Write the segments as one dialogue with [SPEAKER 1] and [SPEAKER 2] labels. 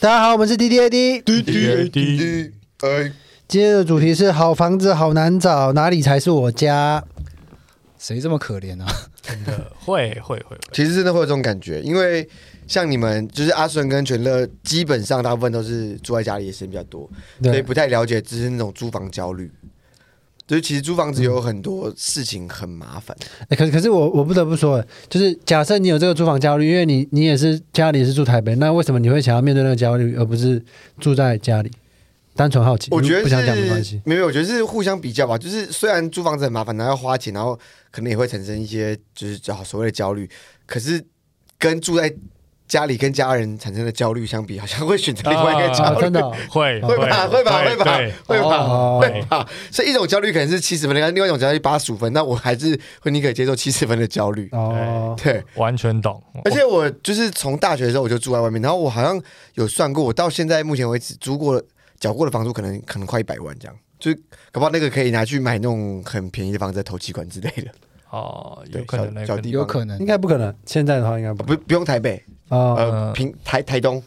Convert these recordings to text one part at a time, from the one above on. [SPEAKER 1] 大家好，我们是 D D A D，
[SPEAKER 2] 滴
[SPEAKER 3] 滴滴
[SPEAKER 2] 滴，哎，
[SPEAKER 1] 今天的主题是好房子好难找，哪里才是我家？
[SPEAKER 4] 谁这么可怜啊？
[SPEAKER 3] 会会会，
[SPEAKER 2] 其实真的会有这种感觉，因为像你们就是阿顺跟全乐，基本上大部分都是住在家里的时间比较多，所以
[SPEAKER 1] 对，
[SPEAKER 2] 不太了解，只是那种租房焦虑。就是其实租房子有很多事情很麻烦，
[SPEAKER 1] 欸、可可是我我不得不说，就是假设你有这个租房焦虑，因为你你也是家里是住台北，那为什么你会想要面对那个焦虑，而不是住在家里？单纯好奇，
[SPEAKER 2] 我
[SPEAKER 1] 如
[SPEAKER 2] 觉
[SPEAKER 1] 果
[SPEAKER 2] 得
[SPEAKER 1] 嗯不想讲没关
[SPEAKER 2] 是
[SPEAKER 1] 系。
[SPEAKER 2] 没有，我觉得是互相比较吧。就是虽然租房子很麻烦，然后要花钱，然后可能也会产生一些就是叫所谓的焦虑，可是跟住在家里跟家人产生的焦虑相比，好像会选择另外一个焦
[SPEAKER 1] 啊，
[SPEAKER 2] 虑。
[SPEAKER 1] 真的哦、
[SPEAKER 3] 会
[SPEAKER 2] 会吧，会吧，会吧
[SPEAKER 3] 对，
[SPEAKER 2] 会吧，
[SPEAKER 1] 哦
[SPEAKER 2] 会吧。
[SPEAKER 4] 哎
[SPEAKER 2] 所以一种焦虑可能是七十分，另外一种焦虑八十五分，那我还是会宁可接受七十分的哎焦虑。
[SPEAKER 1] 哦，
[SPEAKER 2] 对，
[SPEAKER 3] 完全懂。
[SPEAKER 2] 而且我就是从大学的时候我就住在外面，然后我好像有算过，我到现在目前为止租过缴过的房租可能可能快一百万这样，就是搞不好那个可以拿去买那种很便宜的房子，投期款之类 的。
[SPEAKER 3] 哦，有
[SPEAKER 2] 对
[SPEAKER 3] 可能
[SPEAKER 2] 小
[SPEAKER 3] 那
[SPEAKER 2] 小
[SPEAKER 3] 个
[SPEAKER 2] 弟地方
[SPEAKER 4] 有可能
[SPEAKER 1] 应，该不可能。现在的话应该不
[SPEAKER 2] 不不用台北，
[SPEAKER 1] 哦
[SPEAKER 2] 呃，
[SPEAKER 3] 嗯
[SPEAKER 2] 平台台东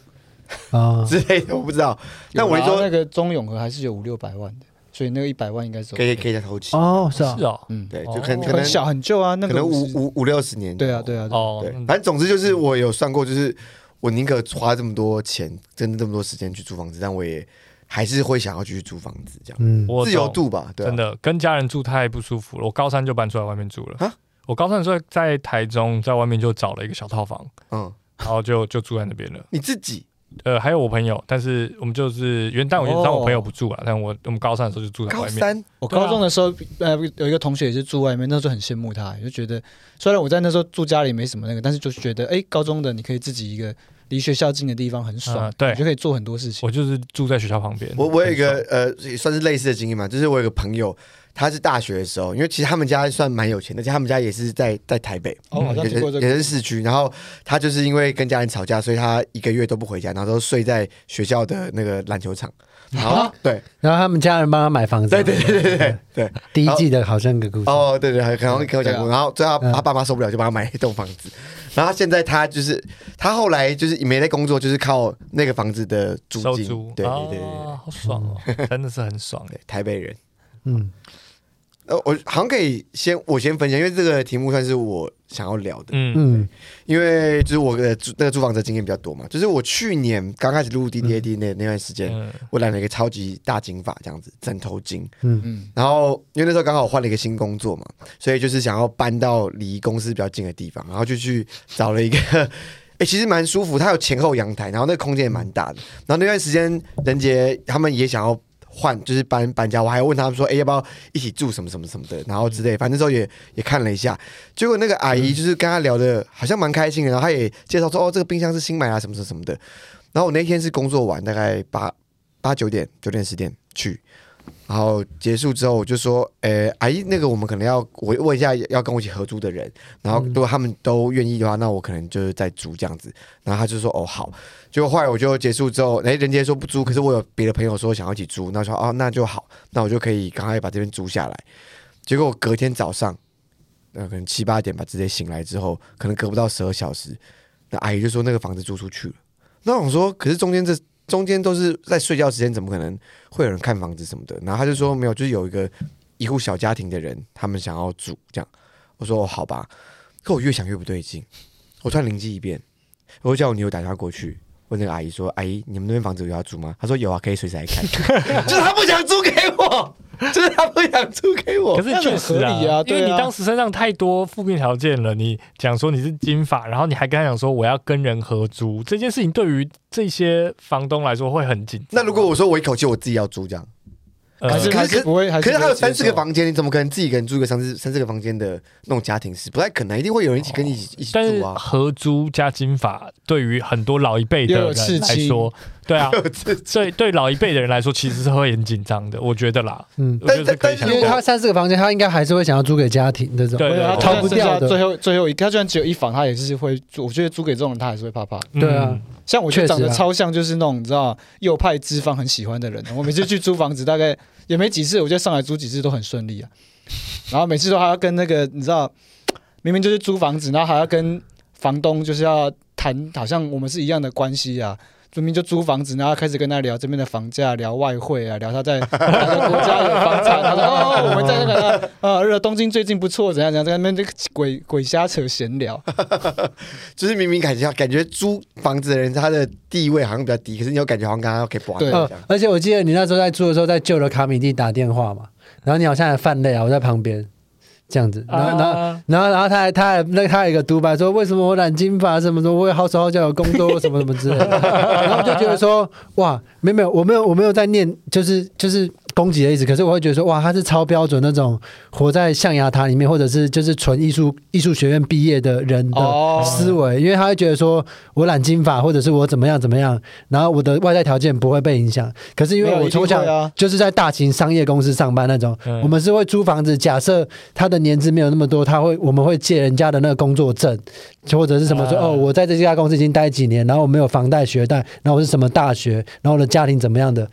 [SPEAKER 1] 哦，
[SPEAKER 2] 之类的，我不知道。但我一
[SPEAKER 4] 一
[SPEAKER 2] 说
[SPEAKER 4] 啊那个中永和还是有五六百万的，所以那个一百万应该是
[SPEAKER 2] 可以
[SPEAKER 4] OK
[SPEAKER 2] 可以再投期，
[SPEAKER 1] 哦，是啊
[SPEAKER 3] 是，哦，
[SPEAKER 4] 嗯，
[SPEAKER 2] 对，就可能
[SPEAKER 3] 哦
[SPEAKER 2] 可能
[SPEAKER 4] 很小很旧啊，那
[SPEAKER 2] 可
[SPEAKER 4] 个
[SPEAKER 2] 能五
[SPEAKER 4] 50
[SPEAKER 2] 五五六十年。
[SPEAKER 4] 对啊对啊，对啊
[SPEAKER 3] 哦
[SPEAKER 2] 对，，反正总之就是我有算过，就是我宁可花这么多钱，真的这么多时间去租房子，但我也还是会想要继续租房子这样，
[SPEAKER 1] 嗯，
[SPEAKER 3] 我
[SPEAKER 2] 自由
[SPEAKER 3] 懂
[SPEAKER 2] 度吧，对、啊，
[SPEAKER 3] 真的跟家人住太不舒服了。我高三就搬出来外面住了
[SPEAKER 2] 啊。
[SPEAKER 3] 我高三的时候在台中，在外面就找了一个小套房，
[SPEAKER 2] 嗯，
[SPEAKER 3] 然后就就住在那边了。
[SPEAKER 2] 你自己
[SPEAKER 3] 呃，还有我朋友，但是我们就是元旦我元旦
[SPEAKER 4] 哦
[SPEAKER 3] 我朋友不住啊，但我我们高三的时候就住在
[SPEAKER 2] 高
[SPEAKER 3] 外面。
[SPEAKER 2] 三
[SPEAKER 4] 我
[SPEAKER 3] 对啊
[SPEAKER 4] 高中的时候，呃，有一个同学也是住外面，那时候很羡慕他，就觉得虽然我在那时候住家里没什么那个，但是就是觉得，哎、高中的你可以自己一个离学校近的地方很爽，
[SPEAKER 3] 嗯对
[SPEAKER 4] 你就可以做很多事情。
[SPEAKER 3] 我就是住在学校旁边。
[SPEAKER 2] 我我有一
[SPEAKER 3] 很
[SPEAKER 2] 个
[SPEAKER 3] 爽
[SPEAKER 2] 呃，也算是类似的经历嘛，就是我有个朋友，他是大学的时候，因为其实他们家算蛮有钱的，而且他们家也是在在台北，
[SPEAKER 4] 哦，好像
[SPEAKER 2] 也
[SPEAKER 4] 听
[SPEAKER 2] 是
[SPEAKER 4] 过这
[SPEAKER 2] 嗯也
[SPEAKER 4] 个，
[SPEAKER 2] 是市区，然后他就是因为跟家人吵架，所以他一个月都不回家，然后都睡在学校的那个篮球场，然
[SPEAKER 3] 啊
[SPEAKER 2] 后对
[SPEAKER 1] 然后他们家人帮他买房子，
[SPEAKER 2] 对对对对对对，
[SPEAKER 1] 第一季的好像个故事，
[SPEAKER 2] 哦，对对，还好像跟我讲过。
[SPEAKER 3] 啊
[SPEAKER 4] 对
[SPEAKER 2] 然后最后他
[SPEAKER 1] 嗯
[SPEAKER 2] 他爸妈受不了，就帮他买一栋房子。然后现在他就是他后来就是也没在工作，就是靠那个房子的租
[SPEAKER 3] 收
[SPEAKER 2] 金。
[SPEAKER 3] 租，
[SPEAKER 2] 对对对对
[SPEAKER 3] 啊，好爽哦，真的是很爽 哎
[SPEAKER 2] 对，台北人。
[SPEAKER 1] 嗯，
[SPEAKER 2] 呃，我好像可以先我先分享，因为这个题目算是我想要聊的，
[SPEAKER 3] 嗯
[SPEAKER 1] 嗯
[SPEAKER 2] 因为就是我的租那个租房子经验比较多嘛。就是我去年刚开始录 D D A D 那那段时间，
[SPEAKER 3] 嗯
[SPEAKER 2] 我染了一个超级大金发，这样子枕头巾。
[SPEAKER 1] 嗯
[SPEAKER 4] 嗯，
[SPEAKER 2] 然后因为那时候刚好换了一个新工作嘛，所以就是想要搬到离公司比较近的地方，然后就去找了一个， 哎、其实蛮舒服，它有前后阳台，然后那个空间也蛮大的。然后那段时间，任杰他们也想要换，就是搬搬家，我还问他们说，哎、要不要一起住什么什么什么的，然后之类，反正那时候也也看了一下，结果那个阿姨就是跟他聊的，好像蛮开心的，然后他也介绍说，哦，这个冰箱是新买啊，什么什么什么的。然后我那天是工作完，大概八八九点、九点十点去，然后结束之后，我就说，诶、阿姨，那个我们可能要我问一下要跟我一起合租的人，然后如果他们都愿意的话，那我可能就是再租这样子。然后他就说，哦，好。结果后来我就结束之后，诶，人家说不租，可是我有别的朋友说想要一起租，那我说，哦，那就好，那我就可以赶快把这边租下来。结果隔天早上，那、可能七八点吧，直接醒来之后，可能隔不到十二小时，那阿姨就说那个房子租出去了。那我想说，可是中间这中间都是在睡觉时间，怎么可能会有人看房子什么的？然后他就说没有，就是有一个一户小家庭的人，他们想要住这样。我说哦好吧，可我越想越不对劲，我突然灵机一变，我就叫我女友打电话过去。问那个阿姨说：“阿姨，你们那边房子有要租吗？”她说：“有啊，可以随时来看。” 就是她不想租给 我，就是她不想租给我。
[SPEAKER 3] 可是确实
[SPEAKER 4] 那很合理啊
[SPEAKER 3] 因为
[SPEAKER 4] 对
[SPEAKER 3] 你
[SPEAKER 4] 啊
[SPEAKER 3] 当时身上太多负面条件了。你讲说你是金发，然后你还跟他讲说我要跟人合租，这件事情对于这些房东来说会很紧张。
[SPEAKER 2] 那如果我说我一口气我自己要租这样，
[SPEAKER 3] 呃
[SPEAKER 4] 还是
[SPEAKER 2] 可是
[SPEAKER 4] 还是不会，还
[SPEAKER 2] 可是
[SPEAKER 4] 不
[SPEAKER 2] 他
[SPEAKER 4] 会
[SPEAKER 2] 有三
[SPEAKER 4] 接
[SPEAKER 2] 四个
[SPEAKER 4] 受
[SPEAKER 2] 房间，你怎么可能自己一个人住一个三四三四个房间的那种家庭是不太可能，一定会有人一起跟你一
[SPEAKER 1] 哦
[SPEAKER 2] 起一起
[SPEAKER 3] 但是
[SPEAKER 2] 住啊。
[SPEAKER 3] 合租加金发，对于很多老一辈的
[SPEAKER 4] 又有
[SPEAKER 3] 人
[SPEAKER 4] 刺
[SPEAKER 3] 来
[SPEAKER 4] 激
[SPEAKER 3] 说，对啊，
[SPEAKER 2] 这
[SPEAKER 3] 对对老一辈的人来说，其实是会很紧张的。我觉得啦，
[SPEAKER 1] 嗯，
[SPEAKER 3] 我觉得是可以
[SPEAKER 2] 但
[SPEAKER 3] 想
[SPEAKER 1] 因为
[SPEAKER 2] 但
[SPEAKER 3] 象
[SPEAKER 1] 他三四个房间，他应该还是会想要租给家庭这种，
[SPEAKER 3] 对
[SPEAKER 4] 对啊，
[SPEAKER 3] 对
[SPEAKER 4] 他
[SPEAKER 1] 逃不掉的
[SPEAKER 4] 最后最后一个，他居然只有一房，他也是会租。我觉得租给这种人，他还是会怕怕。
[SPEAKER 1] 对啊
[SPEAKER 3] 嗯
[SPEAKER 4] 像我就
[SPEAKER 1] 确实
[SPEAKER 4] 长得
[SPEAKER 1] 啊
[SPEAKER 4] 超像，就是那种你知道右派资方很喜欢的人。啊 我每次去租房子，大概也没几次，我就上来租几次都很顺利啊。然后每次都还要跟那个你知道，明明就是租房子，然后还要跟房东就是要谈，好像我们是一样的关系啊。明明就租房子，然后开始跟他聊这边的房价，聊外汇啊，聊他在哪个国家的房产，他说哦，我们在那个呃，日东京最近不错，怎样怎样，在那边这个鬼鬼瞎扯闲聊，
[SPEAKER 2] 就是明明感觉感觉租房子的人他的地位好像比较低，可是你又感觉好像跟他可以玩
[SPEAKER 4] 对
[SPEAKER 2] 这
[SPEAKER 1] 呃
[SPEAKER 2] 样。，
[SPEAKER 1] 而且我记得你那时候在住的时候，在旧的卡米蒂打电话嘛，然后你好像还犯累啊，我在旁边这样子，然后、然后。
[SPEAKER 3] 啊
[SPEAKER 1] 然后，然后他还他还那他还有一个独白说，为什么我染金发什么什么，我也好手好脚有工作什么什么之类的，然后我就觉得说，哇，没有没有，我没有我没有在念，就是就是攻击的意思，可是我会觉得说，哇，他是超标准那种活在象牙塔里面，或者是就是纯艺术艺术学院毕业的人的
[SPEAKER 4] 哦，
[SPEAKER 1] 思维，因为他会觉得说我染金发，或者是我怎么样怎么样，然后我的外在条件不会被影响。可是因为
[SPEAKER 4] 没有
[SPEAKER 1] 我从
[SPEAKER 4] 一定会
[SPEAKER 1] 小
[SPEAKER 4] 啊
[SPEAKER 1] 就是在大型商业公司上班那种，
[SPEAKER 3] 嗯
[SPEAKER 1] 我们是会租房子。假设他的年资没有那么多，他会我们会借人家的那个工作证，或者是什么说、
[SPEAKER 3] 啊
[SPEAKER 1] 哦，我在这家公司已经待几年，然后我没有房贷学贷，然后我是什么大学，然后我的家庭怎么样的。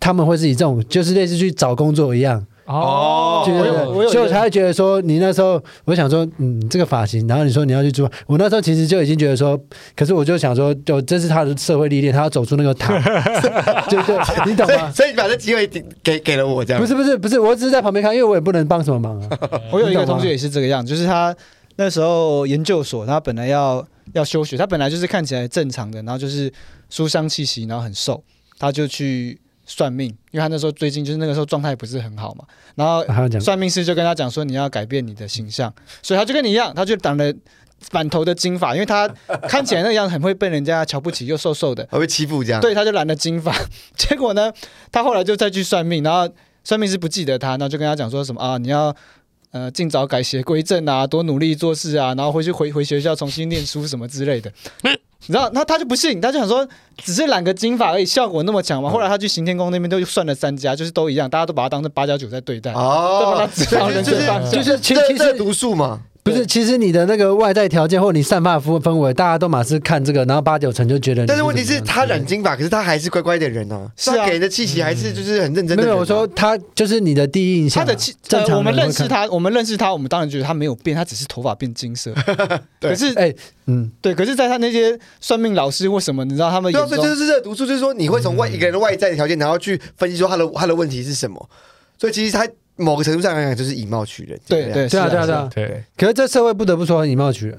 [SPEAKER 1] 他们会是以这种，就是类似去找工作一样，
[SPEAKER 3] 哦，
[SPEAKER 1] 就
[SPEAKER 4] 我有我
[SPEAKER 1] 是，
[SPEAKER 4] 有
[SPEAKER 1] 所以
[SPEAKER 4] 一
[SPEAKER 1] 我
[SPEAKER 4] 个
[SPEAKER 1] 才会觉得说，你那时候，我想说，嗯，这个发型，然后你说你要去租， 我那时候其实就已经觉得说，可是我就想说，就这是他的社会历练，他要走出那个塔， 就就你 懂
[SPEAKER 2] 所以
[SPEAKER 1] 吗？
[SPEAKER 2] 所以你把这机会给给给了我这样
[SPEAKER 1] 不。是不是不是，我只是在旁边看，因为我也不能帮什么忙啊。
[SPEAKER 4] 嗯我有一
[SPEAKER 1] 你
[SPEAKER 4] 个
[SPEAKER 1] 懂吗
[SPEAKER 4] 同学也是这个样，就是他那时候研究所，他本来要要休学，他本来就是看起来正常的，然后就是书香气息，然后很瘦，他就去算命，因为他那时候最近就是那个时候状态不是很好嘛，然后
[SPEAKER 1] 还要讲，
[SPEAKER 4] 算命师就跟他讲说你要改变你的形象，所以他就跟你一样，他就染了满头的金发，因为他看起来那样很会被人家瞧不起，又瘦瘦的，
[SPEAKER 2] 会被欺负
[SPEAKER 1] 啊
[SPEAKER 2] 这样，
[SPEAKER 4] 对，他就染了金发。 结果呢，他后来就再去算命，然后算命师不记得他，然后就跟他讲说什么啊，你要呃尽早改邪归正啊，多努力做事啊，然后回去回回学校重新念书什么 之类的。你知道，那他就不信，他就想说，只是染个金发而已，效果那么
[SPEAKER 1] 嗯
[SPEAKER 4] 强吗？后来他去行天宫那边都算了三家，就是都一样，大家都把他当成八加九在对待。
[SPEAKER 1] 啊
[SPEAKER 2] 哦，
[SPEAKER 4] 这不
[SPEAKER 2] 对
[SPEAKER 4] 能
[SPEAKER 2] 就
[SPEAKER 4] 指
[SPEAKER 2] 是
[SPEAKER 4] 导人
[SPEAKER 2] 就
[SPEAKER 1] 就是是其
[SPEAKER 2] 这
[SPEAKER 1] 其
[SPEAKER 2] 这
[SPEAKER 1] 实
[SPEAKER 2] 读数嘛，
[SPEAKER 1] 不是，其实你的那个外在条件或你散发的氛氛围，大家都马是看这个，然后八九成就觉得你怎么
[SPEAKER 2] 但是
[SPEAKER 1] 样。
[SPEAKER 2] 问题是他染金发，可是他还是乖乖的人啊，
[SPEAKER 4] 是啊
[SPEAKER 2] 他给人的气息还是就是很认
[SPEAKER 1] 嗯
[SPEAKER 2] 真的
[SPEAKER 1] 没
[SPEAKER 2] 人啊。
[SPEAKER 1] 有，我说他就是你的第一印象啊，
[SPEAKER 4] 他的气，
[SPEAKER 1] 正常
[SPEAKER 4] 呃，我们
[SPEAKER 1] 人会
[SPEAKER 4] 认识
[SPEAKER 1] 看，
[SPEAKER 4] 他，我们认识他，我们当然觉得他没有变，他只是头发变 金色。
[SPEAKER 2] 对
[SPEAKER 4] 可是，
[SPEAKER 1] 哎，嗯，
[SPEAKER 4] 对，可是，在他那些算命老师或什么，你知道他们
[SPEAKER 2] 对啊，
[SPEAKER 4] 眼
[SPEAKER 2] 所
[SPEAKER 4] 中
[SPEAKER 2] 以这就是热读数，就是说你会从
[SPEAKER 1] 嗯
[SPEAKER 2] 外一个人的外在条件，然后去分析说他的他的问题是什么。所以其实他某个程度上来讲，就是以貌取人。
[SPEAKER 4] 对
[SPEAKER 2] 这样
[SPEAKER 4] 对
[SPEAKER 1] 对啊
[SPEAKER 4] 是
[SPEAKER 1] 对啊
[SPEAKER 4] 是
[SPEAKER 1] 对啊。
[SPEAKER 3] 对，
[SPEAKER 1] 可是这社会不得不说很以貌取人。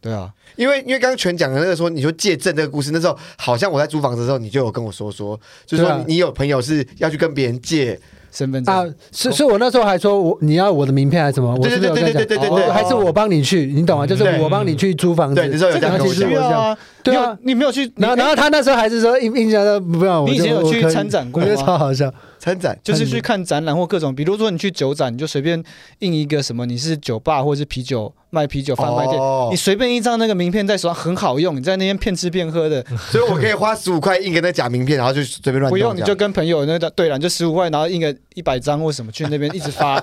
[SPEAKER 4] 对啊，
[SPEAKER 2] 因为因为刚刚全讲的那个说，你说借证这个故事，那时候好像我在租房子的时候，你就有跟我说说，就是
[SPEAKER 1] 对
[SPEAKER 2] 说
[SPEAKER 1] 啊
[SPEAKER 2] 你有朋友是要去跟别人借，
[SPEAKER 4] 身份证
[SPEAKER 1] 啊，是是我那时候还说我你要我的名片还是什么，我
[SPEAKER 2] 哦对
[SPEAKER 1] 是
[SPEAKER 2] 对
[SPEAKER 1] 不是有
[SPEAKER 2] 对对
[SPEAKER 1] 跟你
[SPEAKER 2] 对
[SPEAKER 1] 讲？
[SPEAKER 2] 对对
[SPEAKER 1] 我
[SPEAKER 2] 对，哦嗯
[SPEAKER 1] 还是我帮你去，你懂吗？就是
[SPEAKER 2] 对
[SPEAKER 1] 我帮你去租房子
[SPEAKER 2] 对，，你是有这
[SPEAKER 4] 这
[SPEAKER 2] 样跟
[SPEAKER 4] 个很
[SPEAKER 2] 我
[SPEAKER 1] 其实
[SPEAKER 4] 需
[SPEAKER 2] 讲。
[SPEAKER 1] 我
[SPEAKER 4] 要啊，
[SPEAKER 1] 对
[SPEAKER 4] 你有
[SPEAKER 1] 啊。
[SPEAKER 4] 你没有去，
[SPEAKER 1] 然后
[SPEAKER 4] 你
[SPEAKER 1] 然后他那时候还是说印印象都不要，我
[SPEAKER 4] 你以前
[SPEAKER 1] 就
[SPEAKER 4] 有去
[SPEAKER 1] 我可以
[SPEAKER 4] 参展过
[SPEAKER 1] 我觉得
[SPEAKER 4] 吗
[SPEAKER 1] 超好 笑。
[SPEAKER 2] 参展
[SPEAKER 4] 就是去看展览或各种，比如说你去酒展，你就随便印一个什么，你是酒吧或者是啤酒卖啤酒贩卖店，
[SPEAKER 2] 哦
[SPEAKER 4] 你随便一张那个名片在手上很好用，你在那边骗吃骗喝的，
[SPEAKER 2] 所以我可以花十五块印个那假名片，然后就随便乱
[SPEAKER 4] 不
[SPEAKER 2] 弄
[SPEAKER 4] 用你
[SPEAKER 2] 这
[SPEAKER 4] 就
[SPEAKER 2] 样。
[SPEAKER 4] 跟朋友那个对了，你就十五块，然后印个一百张或什么去那边一直发，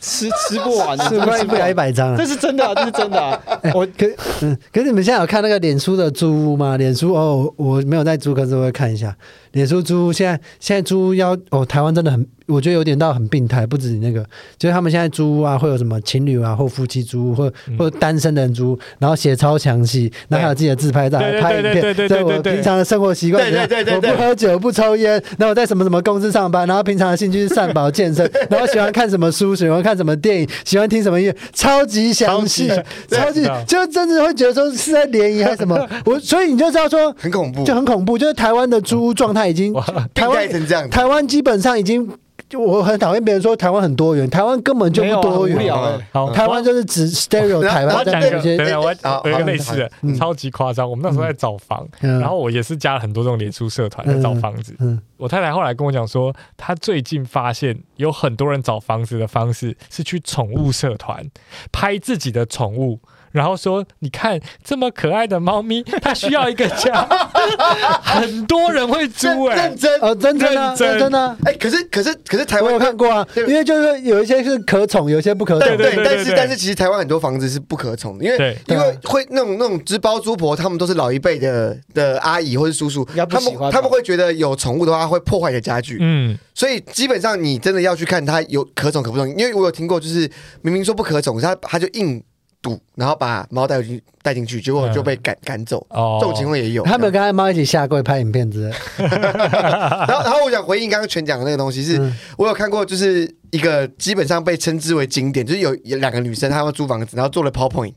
[SPEAKER 4] 吃吃不完，
[SPEAKER 1] 是不
[SPEAKER 4] 真的
[SPEAKER 1] 然不了一百张
[SPEAKER 4] 这
[SPEAKER 1] 了。
[SPEAKER 4] 是真的啊，这是真的啊，我
[SPEAKER 1] 可嗯，可是你们现在有看那个脸书的租屋吗？脸书哦，我没有在租，可是我会看一下。脸书租屋现在现在租屋要哦，台湾真的很，我觉得有点到很病态，不止你那个，就是他们现在租屋啊，会有什么情侣啊，或夫妻租屋，或
[SPEAKER 3] 嗯
[SPEAKER 1] 或单身的人租，然后写超详细，然后还有自己的自拍照，
[SPEAKER 3] 对
[SPEAKER 1] 还拍影片，
[SPEAKER 3] 对对对对对
[SPEAKER 1] 这是我
[SPEAKER 3] 对对
[SPEAKER 1] 平常的生活习惯怎样，
[SPEAKER 2] 对对对对
[SPEAKER 1] 我不喝酒不抽烟，然后我在什么什么公司上班，然后平常的兴趣是散跑健身， 然后喜欢看什么书，喜欢看什么电影，喜欢听什么音乐，超级详细，超级
[SPEAKER 3] 对啊
[SPEAKER 1] 就真的会觉得说是在联谊还是什 么，我所以你就知道说
[SPEAKER 2] 很恐怖，
[SPEAKER 1] 就很恐怖，就是台湾的租屋状态已经台
[SPEAKER 2] 病
[SPEAKER 1] 湾
[SPEAKER 2] 态成这样，
[SPEAKER 1] 台湾基本上已经，就我很讨厌别人说台湾很多元，台湾根本就
[SPEAKER 4] 没有
[SPEAKER 1] 不
[SPEAKER 4] 啊
[SPEAKER 1] 多
[SPEAKER 4] 很无
[SPEAKER 1] 元。
[SPEAKER 4] 聊哎、
[SPEAKER 3] 好，
[SPEAKER 1] 台湾就是指 stereo 台湾
[SPEAKER 2] 然后
[SPEAKER 3] 我
[SPEAKER 1] 在
[SPEAKER 3] 讲
[SPEAKER 1] 那
[SPEAKER 3] 一
[SPEAKER 2] 然
[SPEAKER 3] 个，
[SPEAKER 2] 后
[SPEAKER 1] 些
[SPEAKER 3] 等一下啊我
[SPEAKER 2] 好
[SPEAKER 3] 有一
[SPEAKER 2] 好
[SPEAKER 3] 个类似的
[SPEAKER 1] 嗯，
[SPEAKER 3] 超级夸张。我们那时候在找房，
[SPEAKER 1] 嗯
[SPEAKER 3] 然后我也是加了很多这种脸书社团在找房子。
[SPEAKER 1] 嗯
[SPEAKER 3] 我太太后来跟我讲说，她最近发现有很多人找房子的方式是去宠物社团拍自己的宠物。然后说，你看这么可爱的猫咪，它需要一个家， 很多人会租
[SPEAKER 2] 认
[SPEAKER 3] 哎、
[SPEAKER 2] 认真。
[SPEAKER 1] 哦，真的啊，
[SPEAKER 3] 认真
[SPEAKER 1] 真的啊，
[SPEAKER 2] 哎，可是可是可是台
[SPEAKER 1] 我
[SPEAKER 2] 湾
[SPEAKER 1] 有看过啊，
[SPEAKER 2] 对
[SPEAKER 1] 因为就是有一些是可宠，有些不可
[SPEAKER 3] 对
[SPEAKER 1] 宠。
[SPEAKER 3] 对
[SPEAKER 2] 对，但是
[SPEAKER 3] 对
[SPEAKER 2] 但是其实台湾很多房子是不可宠的，因为
[SPEAKER 3] 对
[SPEAKER 2] 因
[SPEAKER 1] 对
[SPEAKER 2] 为
[SPEAKER 1] 啊
[SPEAKER 2] 会那种那种只包租婆，他们都是老一辈的的阿姨或是叔叔，
[SPEAKER 4] 应该不
[SPEAKER 2] 他
[SPEAKER 4] 喜欢吧
[SPEAKER 2] 们他们会觉得有宠物的话会破坏你的家具，
[SPEAKER 3] 嗯，
[SPEAKER 2] 所以基本上你真的要去看它有可宠可不宠，因为我有听过，就是明明说不可宠，可是它它就硬。赌，然后把猫带回去带进去，结
[SPEAKER 3] 嗯
[SPEAKER 2] 果就被赶赶走。
[SPEAKER 3] 哦
[SPEAKER 2] 这种情况也有。
[SPEAKER 1] 他们跟爱猫一起下跪拍影片之类，
[SPEAKER 2] 然后，然后我想回应刚刚全讲的那个东西是，
[SPEAKER 1] 嗯
[SPEAKER 2] 我有看过，就是一个基本上被称之为经典，就是有有两个女生她们租房子，然后做了 PowerPoint，